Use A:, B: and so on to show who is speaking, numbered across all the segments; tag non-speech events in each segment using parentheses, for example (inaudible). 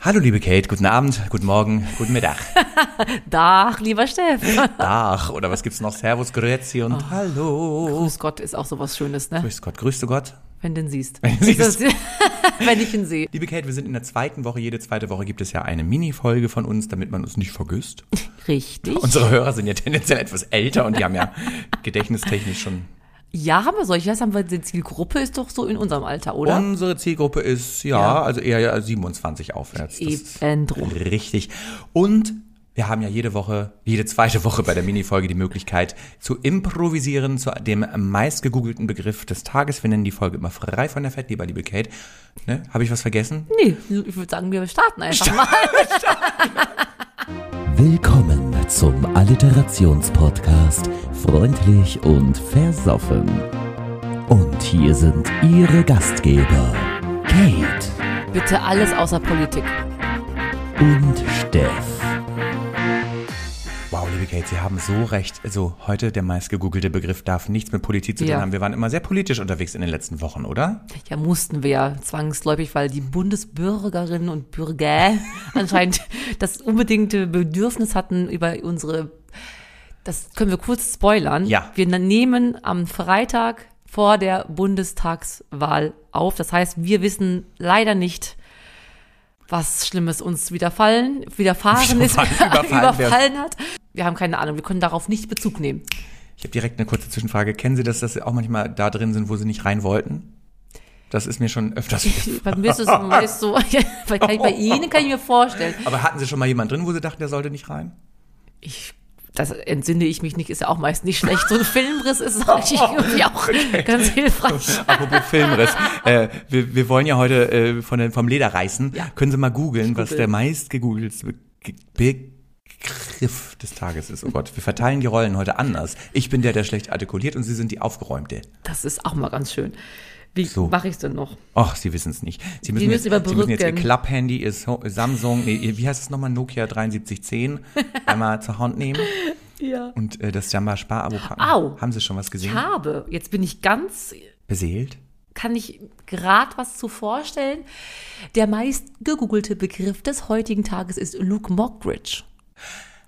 A: Hallo liebe Kate, guten Abend, guten Morgen, guten
B: (laughs)
A: Mittag.
B: Dach, lieber (laughs) Steff.
A: Ach, oder was gibt's noch? Servus, Grüezi und
B: Oh.
A: Hallo.
B: Grüß Gott ist auch sowas Schönes, ne?
A: Grüß Gott, grüß du Gott.
B: Wenn du ihn siehst.
A: Wenn du ihn siehst.
B: (laughs) Wenn ich ihn sehe.
A: Liebe Kate, wir sind in der zweiten Woche. Jede zweite Woche gibt es ja eine Mini-Folge von uns, damit man uns nicht
B: (laughs)
A: vergisst.
B: Richtig.
A: Unsere Hörer sind ja tendenziell etwas älter und die haben ja gedächtnistechnisch schon.
B: Ja, haben wir solche. Das haben wir, die Zielgruppe ist doch so in unserem Alter, oder?
A: Unsere Zielgruppe ist ja,
B: Ja.
A: also eher ja, 27 aufwärts. Das ist
B: Eben drum.
A: Richtig. Und wir haben ja jede Woche, jede zweite Woche bei der Minifolge die Möglichkeit zu improvisieren zu dem meistgegoogelten Begriff des Tages. Wir nennen die Folge immer frei von der Fettleber, liebe Kate. Ne? Habe ich was vergessen?
B: Nee, ich würde sagen, wir starten einfach mal.
C: Willkommen zum Alliterationspodcast Freundlich und Versoffen. Und hier sind Ihre Gastgeber, Kate
B: Bitte alles außer Politik.
C: und Steff.
A: Wow, liebe Kate, Sie haben so recht. Also heute der meistgegoogelte Begriff darf nichts mit Politik zu tun
B: Ja.
A: haben. Wir waren immer sehr politisch unterwegs in den letzten Wochen, oder?
B: Ja, mussten wir ja zwangsläufig, weil die Bundesbürgerinnen und Bürger (laughs) anscheinend das unbedingte Bedürfnis hatten über unsere, das können wir kurz spoilern.
A: Ja.
B: Wir nehmen am Freitag vor der Bundestagswahl auf. Das heißt, wir wissen leider nicht, was Schlimmes uns widerfallen, widerfahren ist,
A: Überfallen-
B: (laughs)
A: überfallen wird.
B: überfallen hat. Wir haben keine Ahnung. Wir können darauf nicht Bezug
A: (laughs)
B: nehmen.
A: Ich habe direkt eine kurze Zwischenfrage. Kennen Sie das, dass Sie auch manchmal da drin sind, wo Sie nicht rein wollten? Das ist mir schon
B: (laughs)
A: öfters.
B: Bei mir ist es bei mir ist so, (laughs) bei, bei Ihnen kann ich mir vorstellen.
A: Aber hatten Sie schon mal jemanden drin, wo Sie dachten, der sollte nicht rein?
B: ich, das entsinne ich mich nicht, ist ja auch meist nicht schlecht. So ein Filmriss ist (laughs) natürlich irgendwie auch ganz hilfreich.
A: Apropos Filmriss. äh, wir, wir wollen ja heute äh, von den, vom Leder reißen. Können Sie mal googeln, was der meist gegoogelte Be- Begriff des Tages ist. Oh Gott, wir verteilen die Rollen heute anders. Ich bin der, der schlecht artikuliert und Sie sind die Aufgeräumte.
B: Das ist auch mal ganz schön. Wie
A: So.
B: mache ich es denn noch?
A: Och, Sie wissen es nicht. Sie müssen,
B: müssen
A: jetzt, Sie müssen jetzt Ihr
B: überbrücken.
A: Klapphandy, Ihr So- Samsung, nee, Ihr- wie heißt es nochmal, Nokia 7310 einmal zur Hand nehmen
B: Ja.
A: und äh, das Jamba Spar-Abo packen.
B: Au.
A: Haben Sie schon was gesehen?
B: Habe, jetzt bin ich ganz,
A: Beseelt?
B: kann ich gerade was zu vorstellen. Der meist gegoogelte Begriff des heutigen Tages ist Luke Mockridge.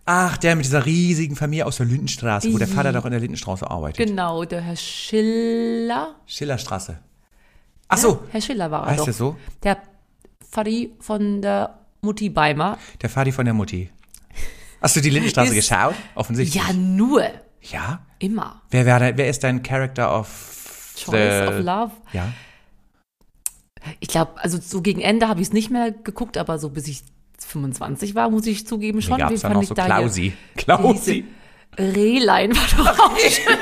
A: Ach, der mit dieser riesigen Familie aus der Lindenstraße, wo der
B: Die-
A: Vater doch in der Lindenstraße arbeitet.
B: Genau, der Herr Schiller.
A: Schillerstraße. Ach so,
B: Herr Schiller war er
A: Heißt
B: doch.
A: der so?
B: Der Fadi von der Mutti Beimer.
A: der Vati von der Mutti. Hast du die Lindenstraße
B: Ist-
A: geschaut? Offensichtlich.
B: Ja, nur.
A: Ja?
B: Immer.
A: Wer, wer, wer ist dein Character of the-
B: Choice of Love.
A: Ja.
B: Ich glaube, also so gegen Ende habe ich es nicht mehr geguckt, aber so bis ich 25 war, muss ich zugeben,
A: Da
B: schon.
A: gab
B: Wen
A: es dann noch
B: ich
A: so
B: da
A: Klausi.
B: hier- diese
A: Klausi.
B: Rehlein war doch auch schön.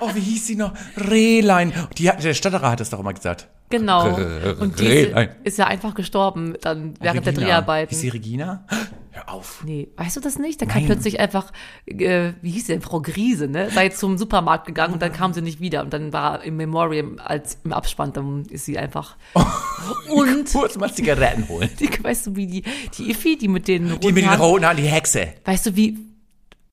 A: Oh, wie hieß sie noch? Rehlein. Die, hat- der Stadterer hat das doch immer gesagt.
B: Genau.
A: R-
B: Und diese
A: Rehlein.
B: ist ja einfach gestorben dann während
A: Regina.
B: der
A: Hieß sie
B: Dreharbeiten.
A: Regina? Hör auf.
B: Nee, weißt du das nicht? Da kam
A: Nein.
B: plötzlich einfach, äh, wie hieß sie denn, Frau Griese, ne? Sei zum Supermarkt gegangen und dann kam sie nicht wieder. Und dann war im Memoriam als im Abspann, dann ist sie einfach.
A: Oh
B: (laughs) und,
A: Kurz mal Zigaretten holen.
B: die, weißt du, wie die, die Iffi, die mit den
A: Die
B: roten
A: mit den
B: Haaren-
A: roten Haaren, die Hexe.
B: Weißt du, wie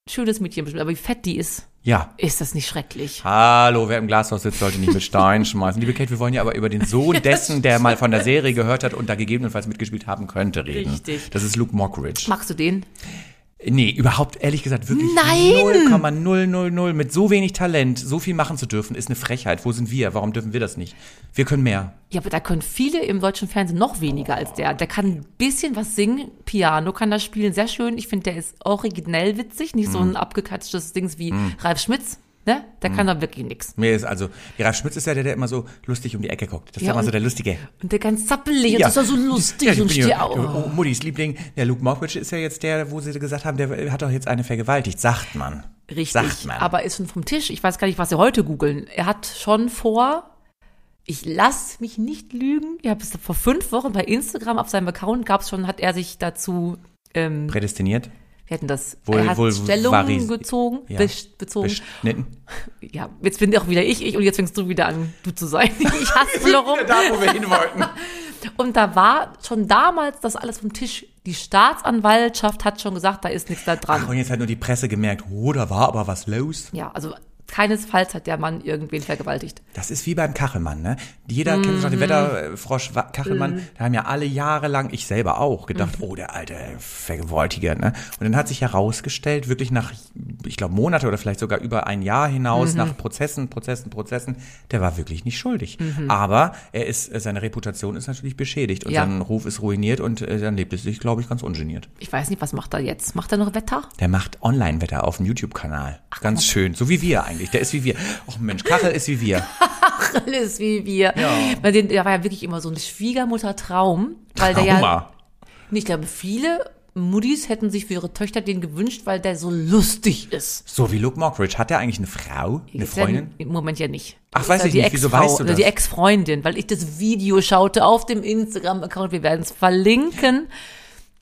B: schönes Mädchen bestimmt, aber wie fett die ist,
A: Ja.
B: ist das nicht schrecklich?
A: Hallo, wer im Glashaus sitzt, sollte nicht mit
B: (laughs)
A: Steinen schmeißen. Liebe Kate, wir wollen ja aber über den Sohn dessen, der mal von der Serie gehört hat und da gegebenenfalls mitgespielt haben könnte, reden.
B: Richtig.
A: Das ist Luke Mockridge.
B: Magst du den?
A: Nee, überhaupt, ehrlich gesagt, wirklich
B: Nein!
A: 0,000 mit so wenig Talent, so viel machen zu dürfen, ist eine Frechheit. Wo sind wir? Warum dürfen wir das nicht? Wir können mehr.
B: Ja, aber da können viele im deutschen Fernsehen noch weniger als der. Der kann ein bisschen was singen, Piano kann das spielen, sehr schön. Ich finde, der ist originell witzig, nicht
A: Mhm.
B: so ein abgekatschtes Dings wie Ralf Schmitz, ne? Der
A: Mhm.
B: kann da wirklich nix.
A: Mir ist also, Gerald Schmitz ist ja der, der immer so lustig um die Ecke guckt. Das ist
B: Ja,
A: ja immer so
B: und-
A: der Lustige.
B: Und der ganz zappelig, und das ist ja so lustig,
A: Ja, ich
B: so ein
A: bin ja-
B: Stierau.
A: oh, Muttis Liebling, der Luke Mockridge ist ja jetzt der, wo sie gesagt haben, der hat doch jetzt eine vergewaltigt, sagt man. Sagt
B: Richtig,
A: man.
B: aber ist schon vom Tisch. Ich weiß gar nicht, was wir heute googeln. Er hat schon vor, ich lass mich nicht lügen, ja, bis vor fünf Wochen bei Instagram auf seinem Account gab es schon, hat er sich dazu, ähm,
A: Prädestiniert?
B: wir hätten das,
A: Wohl-
B: er hat
A: wohl
B: Stellung
A: varis-
B: gezogen,
A: Ja.
B: besch- bezogen.
A: Beschnitten.
B: ja, jetzt bin auch wieder ich, ich und jetzt fängst du wieder an, du
A: (laughs)
B: zu sein. Ich hasse wiederum.
A: wo wir hin wollten.
B: Und da war schon damals das alles vom Tisch. Die Staatsanwaltschaft hat schon gesagt, da ist nichts da dran.
A: Ach, und jetzt hat nur die Presse gemerkt, oh, da war aber was los.
B: Ja, also keinesfalls hat der Mann irgendwen vergewaltigt.
A: Das ist wie beim Kachelmann, ne? Jeder kennt doch den Wetterfrosch Wa- Kachelmann. Da haben ja alle jahrelang, ich selber auch, gedacht, oh, der alte Vergewaltiger, ne? Und dann hat sich herausgestellt, wirklich nach, ich glaube, Monate oder vielleicht sogar über ein Jahr hinaus, nach Prozessen, Prozessen, Prozessen, der war wirklich nicht schuldig. Aber er ist, seine Reputation ist natürlich beschädigt und
B: Ja.
A: sein Ruf ist ruiniert und äh, dann lebt es sich, glaube ich, ganz ungeniert.
B: Ich weiß nicht, was macht er jetzt? Macht er noch Wetter? (laughs)
A: Der macht Online-Wetter auf dem YouTube-Kanal. Ganz schön. So wie wir eigentlich. Der ist wie wir. Och Mensch, Kachel ist wie wir.
B: Alles wie wir. Ja. Weil den, der war ja wirklich immer so ein Schwiegermutter-Traum, weil der ja
A: Trauma.
B: Und Ich glaube, viele Muttis hätten sich für ihre Töchter den gewünscht, weil der so lustig ist.
A: So wie Luke Mockridge. Hat er eigentlich eine Frau? Eine
B: Ist ja
A: Freundin?
B: Im Moment ja nicht.
A: Ach,
B: Ist
A: weiß
B: ja
A: ich
B: die
A: nicht. Wieso
B: Ex-Frau
A: weißt du
B: Oder
A: das?
B: die Ex-Freundin, weil ich das Video schaute auf dem Instagram-Account. Wir werden es verlinken.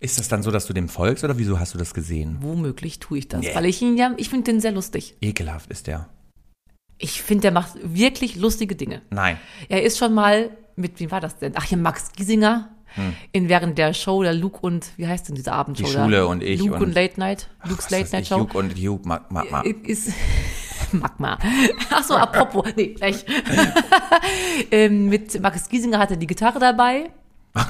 A: Ist das dann so, dass du dem folgst oder wieso hast du das gesehen?
B: Womöglich tue ich das,
A: Nee.
B: weil ich ihn ja, ich finde den sehr lustig.
A: Ekelhaft ist der.
B: Ich finde, der macht wirklich lustige Dinge.
A: Nein.
B: Er ist schon mal mit, wem war das denn? Ach ja, Max Giesinger. In, während der Show, der Luke und, wie heißt denn diese Abendshow?
A: Hm. Die
B: da?
A: Schule und ich
B: Luke und,
A: und-
B: Late Night.
A: Was
B: Luke's
A: ist
B: Late
A: das
B: Night
A: nicht?
B: (laughs) Show. Äh,
A: Hugh und Hugh mag, mag, mag.
B: ist (laughs) Magma. Achso, apropos, nee, gleich.
A: (laughs)
B: ähm, mit Markus Giesinger hatte die Gitarre dabei.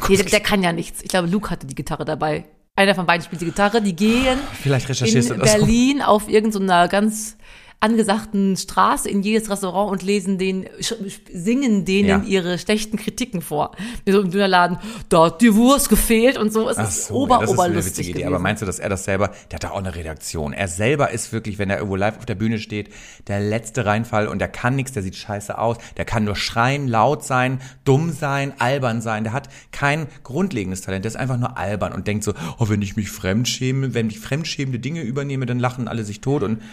B: Nee, der, der kann ja nichts. Ich glaube, Luke hatte die Gitarre dabei. Einer von beiden spielt die Gitarre. Die gehen
A: Vielleicht recherchierst
B: in
A: du das.
B: Berlin auf irgendeiner ganz angesagten Straße in jedes Restaurant und lesen den, sch- singen denen
A: Ja.
B: ihre schlechten Kritiken vor. Wie so im Dönerladen, da hat die Wurst gefehlt und so. Es
A: Ach
B: ist
A: so,
B: ober,
A: ja, das ist eine
B: oberlustig
A: witzige Idee.
B: gewesen.
A: Aber meinst du, dass er das selber, der hat da auch eine Redaktion. Er selber ist wirklich, wenn er irgendwo live auf der Bühne steht, der letzte Reinfall und der kann nichts, der sieht scheiße aus, der kann nur schreien, laut sein, dumm sein, albern sein. Der hat kein grundlegendes Talent, der ist einfach nur albern und denkt so, oh, wenn ich mich fremdschäme, wenn ich fremdschämende Dinge übernehme, dann lachen alle sich tot und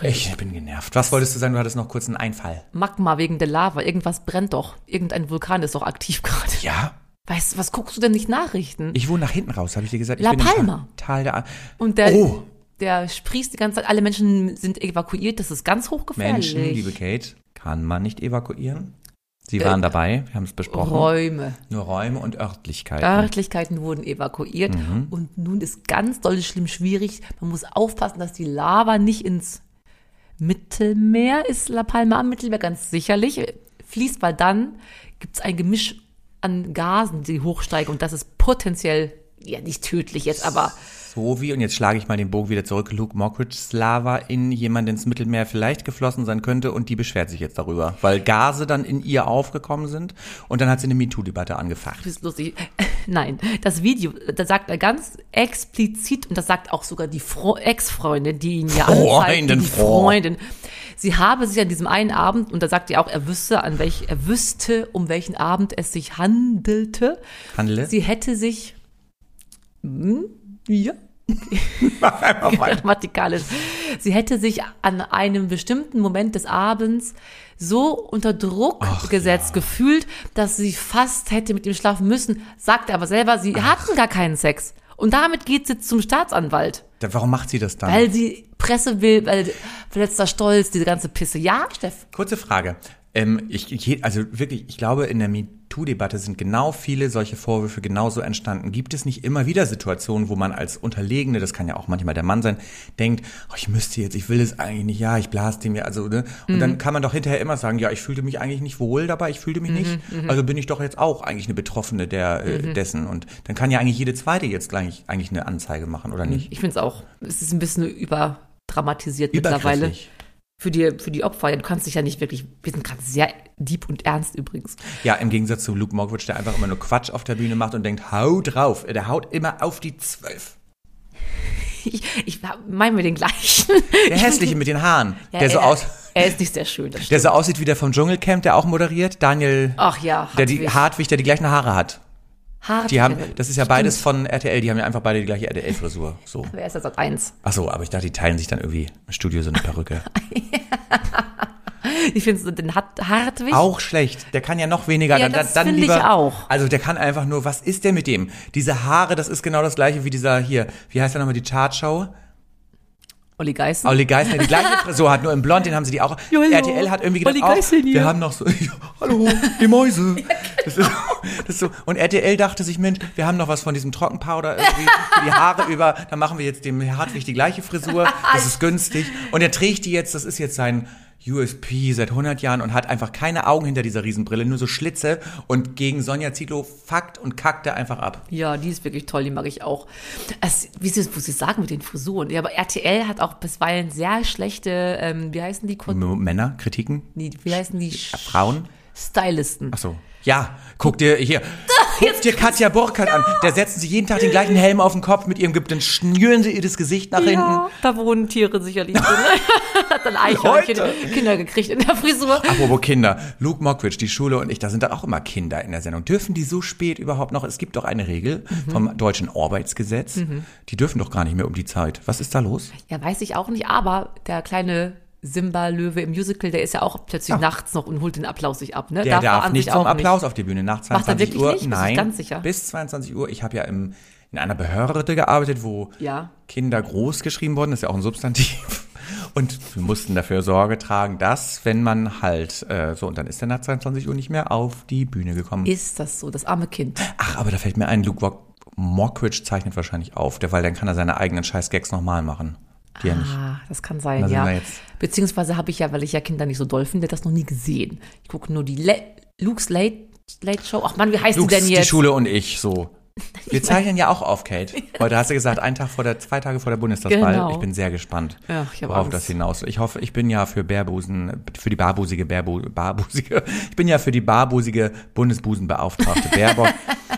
A: ich bin genervt. Was wolltest du sagen? Du hattest noch kurz einen Einfall.
B: Magma wegen der Lava, irgendwas brennt doch. Irgendein Vulkan ist doch aktiv (laughs) gerade.
A: Ja,
B: Weißt du, was guckst du denn nicht Nachrichten?
A: ich wohne nach hinten raus, habe ich dir gesagt. Ich
B: La
A: bin im
B: Palma.
A: Tal der... A-
B: Und der,
A: oh,
B: der sprießt die ganze Zeit, alle Menschen sind evakuiert, das ist ganz hochgefährlich.
A: Menschen, liebe Kate, kann man nicht evakuieren. Sie waren dabei, wir haben es besprochen.
B: Räume,
A: Nur Räume und Örtlichkeiten.
B: Ah. Örtlichkeiten wurden evakuiert und nun ist ganz doll schlimm schwierig. Man muss aufpassen, dass die Lava nicht ins Mittelmeer ist. La Palma am Mittelmeer ganz sicherlich äh, fließt, weil dann gibt es ein Gemisch an Gasen, die hochsteigen und das ist potenziell ja nicht tödlich jetzt, aber
A: So wie, und jetzt schlage ich mal den Bogen wieder zurück, Luke Mockridge's Lava in jemand ins Mittelmeer vielleicht geflossen sein könnte und die beschwert sich jetzt darüber, weil Gase dann in ihr aufgekommen sind und dann hat sie eine MeToo-Debatte angefacht.
B: bist lustig. (laughs) Nein, das Video, da sagt er ganz explizit, und das sagt auch sogar die Fro Ex-Freundin, die ihn ja anzeigt,
A: Freundin,
B: die
A: Frau.
B: Freundin. Sie habe sich an diesem einen Abend, und da sagt er auch, er wüsste, an welch, er wüsste, um welchen Abend es sich handelte.
A: Handele?
B: Sie hätte sich, hm, ja,
A: Mach
B: (laughs)
A: einfach weiter.
B: grammatikalisch. Sie hätte sich an einem bestimmten Moment des Abends so unter Druck gesetzt gefühlt, dass sie fast hätte mit ihm schlafen müssen, sagte aber selber, sie hatten gar keinen Sex. Und damit geht sie zum Staatsanwalt,
A: Da- Warum macht sie das dann?
B: weil sie Presse will, weil verletzter Stolz, diese ganze Pisse. Ja, Steff,
A: Kurze Frage. Ähm, ich, ich, also wirklich, ich glaube, in der MeToo-Debatte sind genau viele solche Vorwürfe genauso entstanden. Gibt es nicht immer wieder Situationen, wo man als Unterlegene, das kann ja auch manchmal der Mann sein, denkt, oh, ich müsste jetzt, ich will es eigentlich nicht, ja, ich blase dem ja, also, ne? Und dann kann man doch hinterher immer sagen, ja, ich fühlte mich eigentlich nicht wohl dabei, ich fühlte mich nicht, also bin ich doch jetzt auch eigentlich eine Betroffene der, äh, dessen. Und dann kann ja eigentlich jede Zweite jetzt gleich, eigentlich eine Anzeige machen, oder nicht?
B: ich finde es auch. Es ist ein bisschen überdramatisiert mittlerweile.
A: Übergriffig.
B: Für die, für die Opfer, ja, du kannst dich ja nicht wirklich, wir sind gerade sehr deep und ernst übrigens.
A: Ja, im Gegensatz zu Luke Mockridge, der einfach immer nur Quatsch auf der Bühne macht und denkt, hau drauf. Der haut immer auf die Zwölf.
B: Ich, ich meine mir den gleichen.
A: Der Hässliche mit den Haaren,
B: (laughs) Ja,
A: der, so
B: er,
A: aus,
B: Er ist nicht sehr schön. Das
A: der
B: stimmt.
A: so aussieht wie der vom Dschungelcamp, der auch moderiert. Daniel,
B: Ach ja,
A: der die Hartwig, der die gleichen Haare hat.
B: Hart
A: Die haben, das ist ja beides von RTL, die haben ja einfach beide die gleiche RTL-Frisur. So.
B: Wer ist das auf eins?
A: Ach so, aber ich dachte, die teilen sich dann irgendwie im Studio so eine
B: (laughs)
A: Perücke.
B: Ich finde so den Hart Hartwig.
A: Auch schlecht. Der kann ja noch weniger.
B: Ja,
A: dann, dann,
B: das
A: dann
B: finde ich
A: lieber,
B: auch.
A: Also der kann einfach nur, was ist der mit dem? Diese Haare, das ist genau das gleiche wie dieser hier. Wie heißt der nochmal, die Chartshow?
B: Olli Geißen.
A: Olli Geißner die gleiche Frisur hat, nur im Blond, den haben sie die auch.
B: Jojo.
A: RTL hat irgendwie gedacht,
B: Olli
A: auch,
B: Geißel hier.
A: wir haben noch so, (laughs) hallo, die Mäuse. das ist, (laughs) das ist so. Und RTL dachte sich, Mensch, wir haben noch was von diesem Trockenpowder irgendwie für die Haare über, dann machen wir jetzt dem Hartwig die gleiche Frisur, das ist günstig. Und er trägt die jetzt, das ist jetzt sein, USP seit 100 Jahren und hat einfach keine Augen hinter dieser Riesenbrille, nur so Schlitze und gegen Sonja Zietlow fuckt und kackt er einfach ab.
B: Ja, die ist wirklich toll, die mag ich auch. Es, wie sie, wo sie sagen mit den Frisuren. Ja, aber RTL hat auch bisweilen sehr schlechte, ähm, wie heißen die? Kon
A: M Männer, Kritiken,
B: nee, wie heißen die?
A: Frauen.
B: Stylisten.
A: Ach so. Ja, guck dir hier. Guck dir Katja Burkhardt an. Da setzen sie jeden Tag den gleichen Helm auf den Kopf mit ihrem Gips, dann schnüren sie ihr das Gesicht nach hinten.
B: Ja, da wohnen Tiere sicherlich drin.
A: (laughs)
B: hat dann Eichhörnchen
A: Leute.
B: Kinder gekriegt in der Frisur.
A: Apropos Kinder, Luke Mockridge, die Schule und ich, da sind da auch immer Kinder in der Sendung. Dürfen die so spät überhaupt noch? Es gibt doch eine Regel vom deutschen Arbeitsgesetz. Die dürfen doch gar nicht mehr um die Zeit. Was ist da los?
B: Ja, weiß ich auch nicht, aber der kleine Simba-Löwe im Musical, der ist ja auch plötzlich nachts noch und holt den Applaus sich ab, ne?
A: Der darf,
B: er an
A: nicht
B: sich
A: zum
B: auch
A: Applaus auf die Bühne nach
B: Macht er
A: 22
B: wirklich
A: Uhr.
B: nicht? Bist du
A: Nein,
B: ganz sicher?
A: bis 22 Uhr. Ich habe ja im, in einer Behörde gearbeitet, wo
B: Ja.
A: Kinder groß geschrieben wurden, ist ja auch ein Substantiv. Und wir mussten dafür Sorge tragen, dass, wenn man halt, äh, so, und dann ist er nach 22 Uhr nicht mehr auf die Bühne gekommen.
B: Ist das so, das arme Kind?
A: Ach, aber da fällt mir ein, Luke Rock Mockridge zeichnet wahrscheinlich auf, der, weil dann kann er seine eigenen Scheiß-Gags nochmal machen. Die er nicht.
B: Ah, das kann sein,
A: Da sind
B: ja.
A: wir jetzt.
B: Beziehungsweise habe ich ja, weil ich ja Kinder nicht so doll finde, das noch nie gesehen. Ich gucke nur die Le Luke's Late, Late Show. Ach man, wie heißt
A: Luke,
B: die denn
A: die
B: jetzt?
A: Schule und ich,
B: (laughs)
A: so. Wir zeichnen ja auch auf, Kate. Heute hast du gesagt, einen Tag vor der, zwei Tage vor der Bundestagswahl.
B: Genau.
A: Ich bin sehr gespannt,
B: Ja, ich hab
A: worauf
B: Angst.
A: das hinaus. Ich hoffe, ich bin ja für Bärbusen, für die barbusige Bärbu, barbusige, (laughs) ich bin ja für die barbusige Bundesbusenbeauftragte
B: (laughs)
A: Baerbock.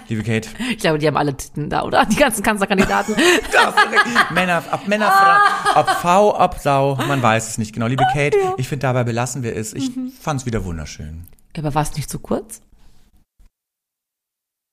A: Liebe Kate,
B: Ich glaube, die haben alle Titten da, oder? Die
A: (laughs)
B: ganzen Kanzlerkandidaten.
A: Das direkt. Männer, ob Männer,
B: Ah.
A: Frau, ob V, ob Sau, man weiß
B: Mhm.
A: es nicht genau. Liebe Kate, ich finde, dabei belassen wir es. Ich fand's wieder wunderschön.
B: Aber war es nicht zu kurz?